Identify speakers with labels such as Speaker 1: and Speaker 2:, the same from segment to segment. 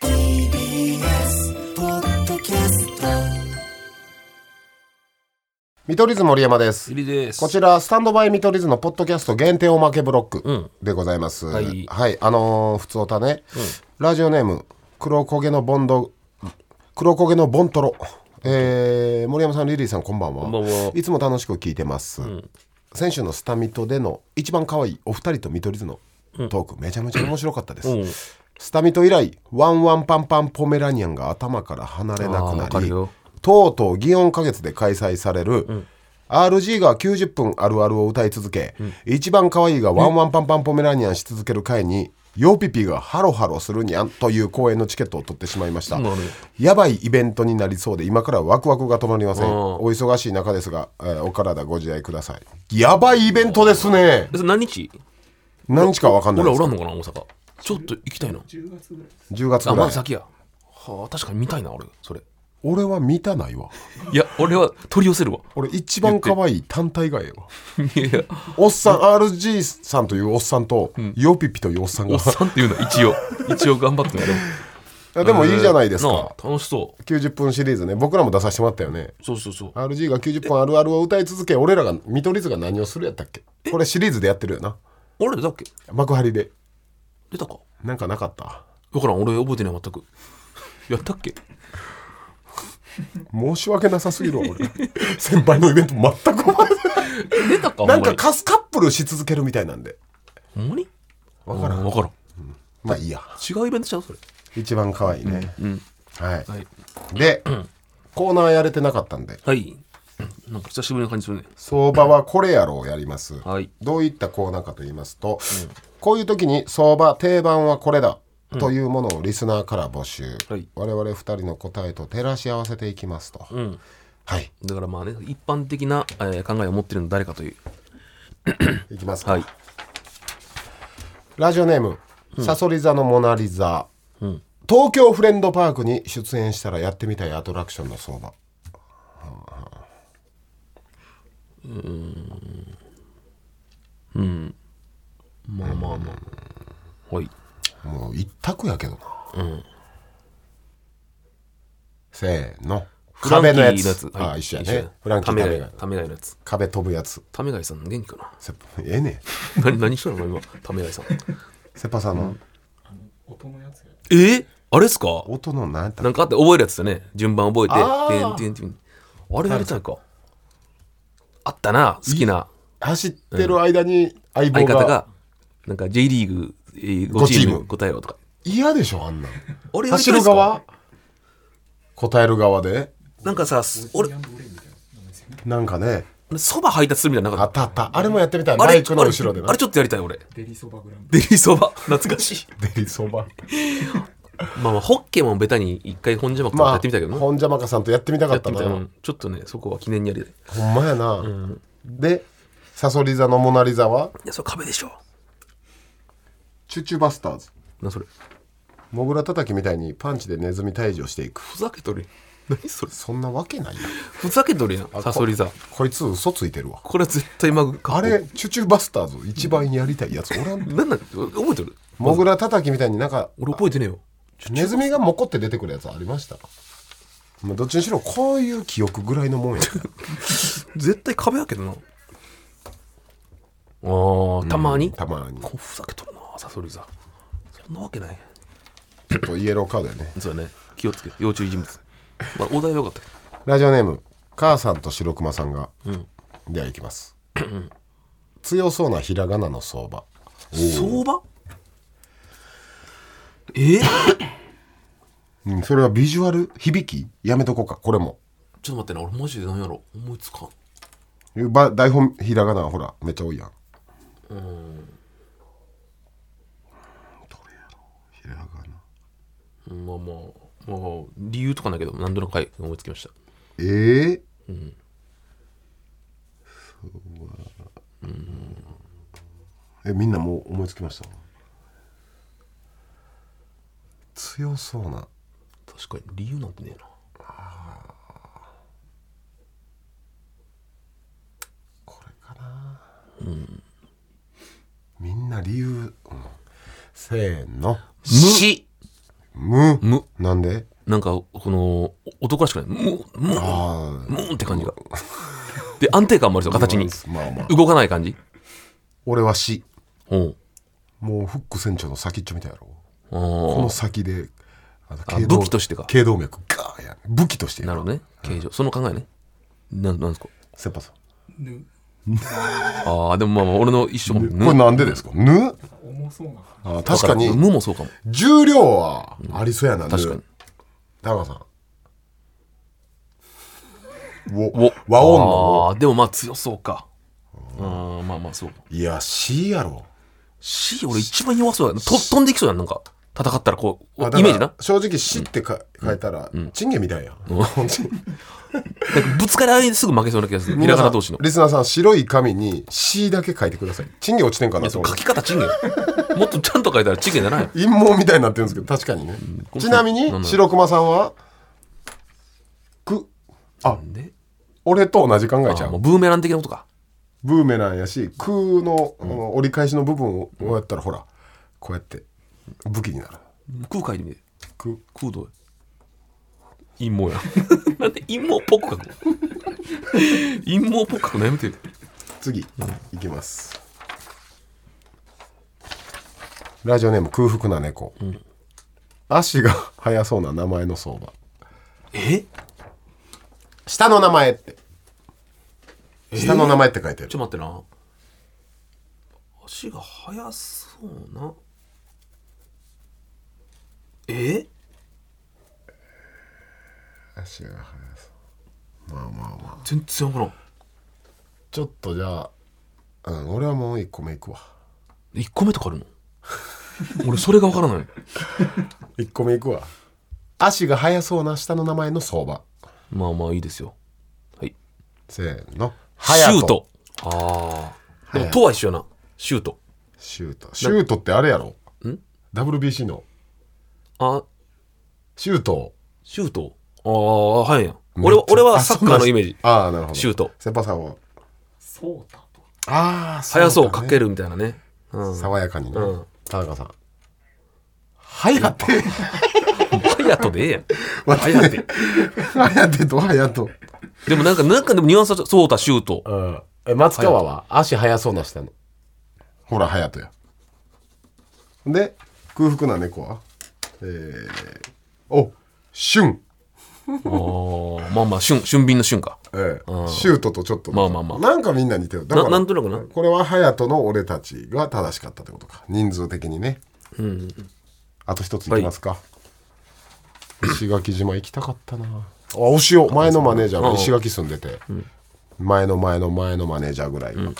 Speaker 1: TBS ポッドキャスト
Speaker 2: 見取り図森山です
Speaker 3: ゆりです。
Speaker 2: こちらスタンドバイ見取り図のポッドキャスト限定おまけブロックでございます、はいあのー、普通おたね、ラジオネーム黒焦げのボンド黒焦げのボントロえー、森山さんリリーさんこんばんは
Speaker 3: こんばんはい
Speaker 2: つも楽しく聞いてます、先週のスタミトでの一番可愛いお二人と見取り図のトーク、めちゃめちゃ面白かったです、
Speaker 3: うん
Speaker 2: スタミト以来ワンワンパンパンポメラニアンが頭から離れな
Speaker 3: あーわ
Speaker 2: く
Speaker 3: か
Speaker 2: な
Speaker 3: る
Speaker 2: り
Speaker 3: よ
Speaker 2: とうとう祇園花月で開催される、RG が90分あるあるを歌い続け、一番可愛いがワンワンパンパンポメラニアンし続ける回に、ヨーピピがハロハロするにゃんという公演のチケットを取ってしまいました、
Speaker 3: なるほど
Speaker 2: やばいイベントになりそうで今からワクワクが止まりません、
Speaker 3: うん
Speaker 2: お忙しい中ですが、えーお体ご自愛くださいやばいイベントですね
Speaker 3: えそれ何日
Speaker 2: 何日かわかんない
Speaker 3: 俺ら
Speaker 2: で
Speaker 3: お
Speaker 2: す
Speaker 3: らんのかな、大阪。ちょっと行きたいな。
Speaker 2: 10月
Speaker 3: あ、
Speaker 2: ぐ
Speaker 3: ま
Speaker 2: ら
Speaker 3: だ
Speaker 2: い
Speaker 3: 先や。はあ、確かに見たいな、俺、それ。
Speaker 2: 俺は見たないわ
Speaker 3: いや、俺は取り寄せるわ。
Speaker 2: 俺一番可愛い単体がええわ
Speaker 3: いやいや、
Speaker 2: おっさん RG さんというおっさんと、ヨピピというおっさん
Speaker 3: お
Speaker 2: が
Speaker 3: っさんって言うな、一応。一応頑張ってやろ
Speaker 2: いや
Speaker 3: う。
Speaker 2: でもいいじゃないですか
Speaker 3: な。あ楽しそ
Speaker 2: 90分シリーズね、僕らも出させてもらったよね。
Speaker 3: う。そうそうそう。
Speaker 2: RG が90分あるあるを歌い続け、俺らが、見取り図が何をするやったっけこれシリーズでやってるよな。
Speaker 3: 俺だっけ
Speaker 2: 幕張で。
Speaker 3: 出たか
Speaker 2: なんかなかった。
Speaker 3: わからん、俺覚えてない、全く。やったっけ
Speaker 2: 申し訳なさすぎるわ、俺。 先輩のイベント全く覚
Speaker 3: 出たか
Speaker 2: えてない。なんか
Speaker 3: ほんまに
Speaker 2: カスカップルし続けるみたいなんで。
Speaker 3: ほんまに
Speaker 2: わからん
Speaker 3: うわからん。
Speaker 2: まあいいや。
Speaker 3: 違うイベントちゃうそれ。
Speaker 2: 一番可愛いね。はい。
Speaker 3: はい。
Speaker 2: で、コーナーやれてなかったんで、
Speaker 3: はい。なんか久しぶりな感じするね。
Speaker 2: 相場はこれやろうやります。
Speaker 3: はい。
Speaker 2: どういったコーナーかと言いますと、こういう時に相場定番はこれだというものをリスナーから募集、
Speaker 3: はい
Speaker 2: 我々2人の答えと照らし合わせていきますと、
Speaker 3: ん
Speaker 2: はい
Speaker 3: だからまあね、一般的な、えー考えを持ってるの誰かという。
Speaker 2: いきますか、
Speaker 3: はい。
Speaker 2: ラジオネーム「さそり座のモナ・リザ」東京フレンドパークに出演したらやってみたいアトラクションの相場
Speaker 3: まあまあまあ。はい。
Speaker 2: もう一択やけどな、せーの
Speaker 3: フラン
Speaker 2: 壁
Speaker 3: キー
Speaker 2: のやつ
Speaker 3: はい
Speaker 2: あ一緒や
Speaker 3: 一
Speaker 2: ねフランキー
Speaker 3: ため
Speaker 2: 壁
Speaker 3: が
Speaker 2: が
Speaker 3: いためがいのやつ。
Speaker 2: 壁飛ぶやつ
Speaker 3: ためがいさん元気か
Speaker 2: せええねん
Speaker 3: な 何何したの今、ためがいさん。
Speaker 2: セパさんの、
Speaker 3: えー、あれっすか
Speaker 2: 音の何やった
Speaker 3: なんかあって覚えるやつだね。順番覚えて。
Speaker 2: あー
Speaker 3: てんてんてんあれやりたいか。あったな、好きな
Speaker 2: 走ってる間に相棒
Speaker 3: 相
Speaker 2: が,、
Speaker 3: 方が、なんか J リーグえー
Speaker 2: ご
Speaker 3: 5
Speaker 2: チーム
Speaker 3: チーム答えろとか。
Speaker 2: 嫌でしょあんなん
Speaker 3: あれやり
Speaker 2: 走
Speaker 3: たいっ
Speaker 2: る
Speaker 3: すか
Speaker 2: 側答える側で
Speaker 3: なんかさ、す俺、
Speaker 2: なんかね
Speaker 3: そば配達するみたいなのな
Speaker 2: あ
Speaker 3: か
Speaker 2: っ
Speaker 3: った
Speaker 2: たあったあれもやってみたい
Speaker 3: あ
Speaker 2: バ
Speaker 3: れ
Speaker 2: イクの後ろで
Speaker 3: あ
Speaker 2: な
Speaker 3: れあれちょっとやりたい俺。デリそばグランデリそば、懐かしい。
Speaker 2: デリそば
Speaker 3: まあまあ、ホッケーもベタに一回本邪魔とか
Speaker 2: まあ
Speaker 3: やってみたけどな。
Speaker 2: 本邪魔かさんとやってみたか
Speaker 3: や
Speaker 2: っ
Speaker 3: って
Speaker 2: た
Speaker 3: み
Speaker 2: な
Speaker 3: たいうんちょっとね、そこは記念にやりたい。い
Speaker 2: ほんまやな、でサソリ座のモナリザは
Speaker 3: や、それ壁でしょ。
Speaker 2: チュチュバスターズ
Speaker 3: な、それ。
Speaker 2: モグラ叩きみたいにパンチでネズミ退治をしていく
Speaker 3: ふざけとるやん。何それ。
Speaker 2: そんなわけないやん
Speaker 3: ふざけとるやん、サソリ座。
Speaker 2: こいつ嘘ついてるわ
Speaker 3: これは絶対マグ
Speaker 2: あれチュチュバスターズ一番やりたいやつおらん
Speaker 3: なんなん覚えてる
Speaker 2: モグラ叩きみたいになんか
Speaker 3: 俺覚えてねえよ。
Speaker 2: ネズミがモコって出てくるやつありましたまあどっちにしろこういう記憶ぐらいのもんやから
Speaker 3: 絶対壁やけどな。ああ、たまに
Speaker 2: たまに
Speaker 3: こうふざけとるな、サソリ座。そんなわけない。
Speaker 2: ちょっとイエローカードやね
Speaker 3: そうだね。気をつけて、要注意人物。まあ、お題はよかったけど。
Speaker 2: ラジオネーム母さんと白熊さんが、ではいきます強そうなひらがなの相場
Speaker 3: 相場え
Speaker 2: うんそれはビジュアル響きやめとこうかこれも
Speaker 3: ちょっと待ってな、俺マジで何やろ思いつかん。
Speaker 2: ば台本ひらがなほらめっちゃ多いやんどれやろひらがな
Speaker 3: まあまあ、もう理由とかないけど何度の回思いつきました
Speaker 2: ええそうはうんえみんなもう思いつきました強そうな
Speaker 3: 確かに理由なんてねえな
Speaker 2: これかなうんみんな理由、うんせーの
Speaker 3: 死
Speaker 2: む
Speaker 3: む
Speaker 2: なんで
Speaker 3: なんかこのお男らしくないむむ
Speaker 2: あ
Speaker 3: むんって感じがで安定感もあるんですよ形に
Speaker 2: あまあまあ
Speaker 3: 動かない感じ
Speaker 2: 俺は死
Speaker 3: うん
Speaker 2: もうフック船長の先っちょみたいやろ
Speaker 3: あ
Speaker 2: こ
Speaker 3: ー
Speaker 2: の先であの
Speaker 3: あ
Speaker 2: 頸動
Speaker 3: 武器としてか
Speaker 2: 頸動脈ガーや武器としてや
Speaker 3: なるほどね形状その考えねなんなんですか
Speaker 2: セパさん
Speaker 3: ああでもまあまあ俺の一生も
Speaker 2: これなんでですかぬ
Speaker 4: 重そうな
Speaker 2: あ確かに
Speaker 3: 無もそうかも
Speaker 2: 重量はありそうやな、
Speaker 3: 確かに
Speaker 2: タカさん
Speaker 3: お
Speaker 2: お和音の
Speaker 3: あーでもまあ強そうかうんまあまあそう
Speaker 2: いや C やろ
Speaker 3: C 俺一番弱そうやなと飛んでいきそうやんなんか戦ったらこう
Speaker 2: あだ
Speaker 3: イ
Speaker 2: から
Speaker 3: メージな
Speaker 2: 正直「死」ってか、変えたら、チンゲみたいやん、 本当に
Speaker 3: なんかぶつかり合いですぐ負けそうな気がするひらがな同士の
Speaker 2: リスナーさん白い紙に「C」だけ書いてくださいチンゲ落ちてんかなと
Speaker 3: そう
Speaker 2: 思
Speaker 3: 書
Speaker 2: う
Speaker 3: き方チンゲンもっとちゃんと書いたらチンゲンじゃない
Speaker 2: 陰謀みたいになってるんですけど確かにね、ちなみ
Speaker 3: なん
Speaker 2: に
Speaker 3: だ
Speaker 2: 白熊さんはくあ
Speaker 3: で
Speaker 2: 俺と同じ考えちゃ
Speaker 3: あもう
Speaker 2: う
Speaker 3: ブーメラン的なことか
Speaker 2: ブーメランやし空の,、の折り返しの部分をこうやったら、ほらこうやって武器になる
Speaker 3: 空海で見て
Speaker 2: 空
Speaker 3: 空洞陰謀や なんで陰謀っぽく書くの陰謀っぽく書くのやめてよ
Speaker 2: 次、いきますラジオネーム空腹な猫、足が 速そうな名前の相場
Speaker 3: え
Speaker 2: 下の名前って下の名前って書いてる、
Speaker 3: ちょっと待ってな足が速そうなえ
Speaker 2: 足が速そうまあまあまあ
Speaker 3: 全然わからん
Speaker 2: ちょっとじゃあ、うん、俺はもう一個目いくわ
Speaker 3: 1個目とかあるの 俺それがわからない
Speaker 2: 一個目いくわ足が速そうな下の名前の相場
Speaker 3: まあまあいいですよはい
Speaker 2: せーの
Speaker 3: シュー
Speaker 2: 隼
Speaker 3: ト
Speaker 2: 人
Speaker 3: ああでも「と」は一緒やなシュート
Speaker 2: シュートシュートってあれやろ
Speaker 3: ん
Speaker 2: WBC の
Speaker 3: あ
Speaker 2: シュート
Speaker 3: シュートああはいやん俺は俺はサッカーのイメージ
Speaker 2: ああなるほど
Speaker 3: シュート
Speaker 2: セパさんは
Speaker 4: そうだと
Speaker 2: ああ
Speaker 3: 速そうかけ
Speaker 2: る
Speaker 3: るみたいなねうん
Speaker 2: 爽やかにね
Speaker 3: うん
Speaker 2: 田中さん早 手
Speaker 3: ヤトでええやん
Speaker 2: 早手早手と早と
Speaker 3: でもなんかなんかでもニュアンスはそうだシュート
Speaker 2: うんえ松川は足速そうなしたのほら早とやで空腹な猫はえー、お旬
Speaker 3: あーまあまあ俊俊敏の俊か
Speaker 2: ええ、シュートとちょっと
Speaker 3: まあまあまあ
Speaker 2: なんかみんな似てるだ
Speaker 3: ななんとなくな
Speaker 2: これは隼人の俺たちが正しかったってことか人数的にねあと一ついきますか、石垣島行きたかったなあお塩前のマネージャーが石垣住んでて、前の前の前のマネージャーぐらいが、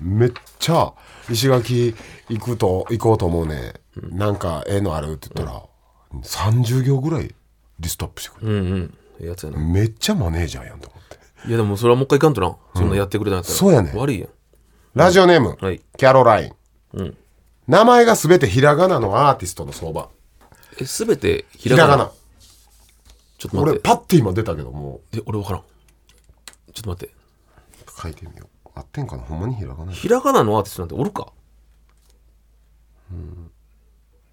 Speaker 2: めっちゃ石垣行くと行こうと思うね、なんかええのあるって言ったら、30行ぐらいリストアップしてくれ
Speaker 3: う
Speaker 2: て、
Speaker 3: んうんええやつやな
Speaker 2: めっちゃマネージャーやんと思って
Speaker 3: いやでもそれはもう一回いかんとなそんなやってくれたんやったら
Speaker 2: そうやねん
Speaker 3: 悪いやん
Speaker 2: ラジオネーム、
Speaker 3: はい
Speaker 2: キャロライン、名前がすべてひらがなのアーティストの相場
Speaker 3: え全て
Speaker 2: ひ
Speaker 3: ひ
Speaker 2: ら
Speaker 3: ら
Speaker 2: が
Speaker 3: がな
Speaker 2: な
Speaker 3: ちょっと待
Speaker 2: 俺
Speaker 3: って
Speaker 2: パッて今出たけども
Speaker 3: で俺分からんちょっと待って
Speaker 2: う書いてみよう合ってんかなほんまにひらがな
Speaker 3: ひらがなのアーティストなんておるか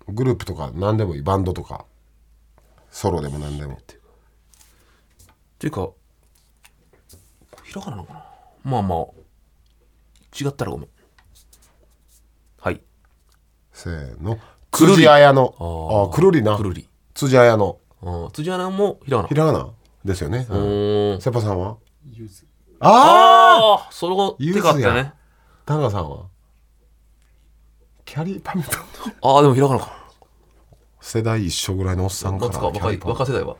Speaker 2: グループとか何でもいいバンドとかソロでも何でも
Speaker 3: っていうかひらがななのかなまあまあ違ったらごめんはい
Speaker 2: せーの
Speaker 3: くるり
Speaker 2: 辻綾の
Speaker 3: あ
Speaker 2: あ
Speaker 3: ー
Speaker 2: くるりな
Speaker 3: くるり
Speaker 2: 辻綾の
Speaker 3: あー辻アナもひらがな
Speaker 2: ひらがなですよね、
Speaker 3: う
Speaker 2: うん
Speaker 3: ーん
Speaker 2: セパさんは
Speaker 4: ゆず
Speaker 2: ああ
Speaker 3: ああその
Speaker 2: ゆず
Speaker 3: 手があった
Speaker 2: や
Speaker 3: ね
Speaker 2: 田中さんはキャリーパミュパミュ
Speaker 3: ああでもひらがなか
Speaker 2: 世代一緒ぐらいのおっさんから
Speaker 3: 夏か若い若世代は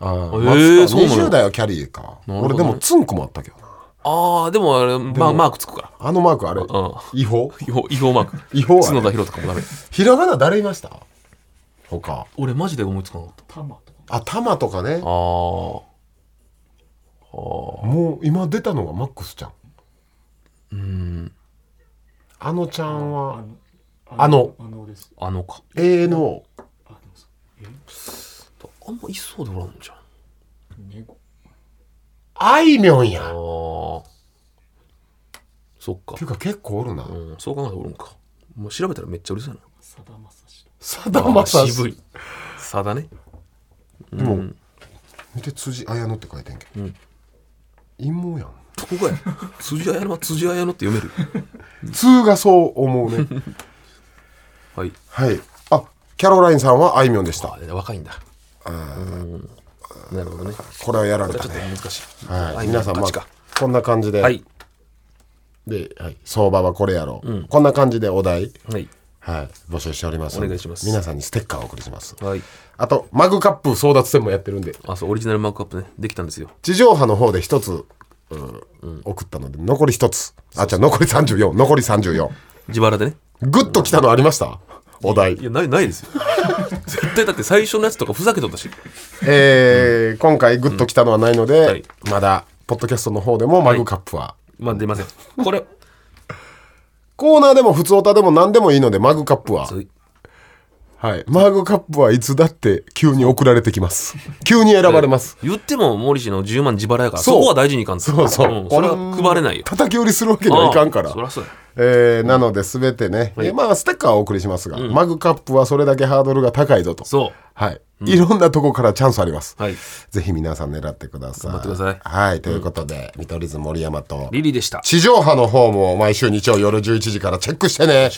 Speaker 2: ああ、
Speaker 3: えー
Speaker 2: え
Speaker 3: そうなの
Speaker 2: 20代はキャリーか、
Speaker 3: なるほどね
Speaker 2: 俺でもツンクもあったけどな
Speaker 3: ああでもあれまあマークつくから
Speaker 2: あのマークあれ
Speaker 3: ん
Speaker 2: 違法
Speaker 3: 違法違法マーク
Speaker 2: 違法あれ
Speaker 3: 角田博とかもダメ
Speaker 2: ひらがな誰いました他
Speaker 3: 俺マジで思いつかなかった
Speaker 4: タマとか
Speaker 2: あ玉とかね
Speaker 3: あー
Speaker 2: もう今出たのがマックスちゃんあのちゃんはあの
Speaker 4: あのです
Speaker 3: あのか
Speaker 2: ANO
Speaker 4: あでもそう
Speaker 3: あんまいそうでおらんじゃんあ
Speaker 4: 猫
Speaker 2: あいみょんや
Speaker 3: あ
Speaker 2: っ
Speaker 3: ーそっか
Speaker 2: ていうか結構おるな
Speaker 3: うんそう考えたら俺もかもう調べたらめっちゃうるさいな
Speaker 4: さだまさしと
Speaker 2: さだまさし
Speaker 3: 渋い差だね
Speaker 2: でも、見て辻綾乃って書いてんけど、陰謀やん
Speaker 3: どこかや 辻綾乃は辻綾乃って読める
Speaker 2: 普通がそう思う ね
Speaker 3: はい
Speaker 2: はいあキャロラインさんはあいみょんでし
Speaker 3: あ
Speaker 2: た
Speaker 3: で若いんだうんなるほどね
Speaker 2: これはやられ
Speaker 3: これはち
Speaker 2: た
Speaker 3: ょっと
Speaker 2: ね
Speaker 3: 難しい
Speaker 2: はい
Speaker 3: い
Speaker 2: 皆さんま
Speaker 3: 勝
Speaker 2: あ
Speaker 3: ちか
Speaker 2: こんな感じで、
Speaker 3: はい
Speaker 2: で、はい、相場はこれやろう、こんな感じでお題
Speaker 3: はい
Speaker 2: はい募集しておりますので
Speaker 3: お願いします
Speaker 2: 皆さんにステッカーをお送りします、
Speaker 3: はい
Speaker 2: あとマグカップ争奪戦もやってるんで
Speaker 3: あそうオリジナルマークアップねできたんですよ
Speaker 2: 地上波の方で一つ、うん、送ったので残り一つあじゃあ残り34残り34
Speaker 3: 自腹でね
Speaker 2: グッときたのありましたお題
Speaker 3: いやないないですよ 絶対だって最初のやつとかふざけとったし
Speaker 2: えー今回グッときたのはないので、
Speaker 3: はい
Speaker 2: まだポッドキャストの方でもマグカップは、
Speaker 3: まあ出ませんこれ
Speaker 2: コーナーでも普通歌でも何でもいいのでマグカップは
Speaker 3: そ、う
Speaker 2: はい、マグカップはいつだって急に送られてき ます急に選ばれます
Speaker 3: 言っても森氏の10万自腹やから
Speaker 2: そ
Speaker 3: そうこは大事にいかんと
Speaker 2: そうそう
Speaker 3: うんそれは配れないよ
Speaker 2: 叩き売りするわけにはいかんから
Speaker 3: ああそりゃそうや
Speaker 2: えーなので全てね、えーまあステッカーはお送りしますが、マグカップはそれだけハードルが高いぞと
Speaker 3: そ
Speaker 2: はい、いろんなとこからチャンスあります、
Speaker 3: うはい
Speaker 2: ぜひ皆さん狙ってください
Speaker 3: 頑張ってください
Speaker 2: はいということで、見取り図森山と
Speaker 3: リリーでした
Speaker 2: 地上波の方も毎週日曜夜11時からチェックしてね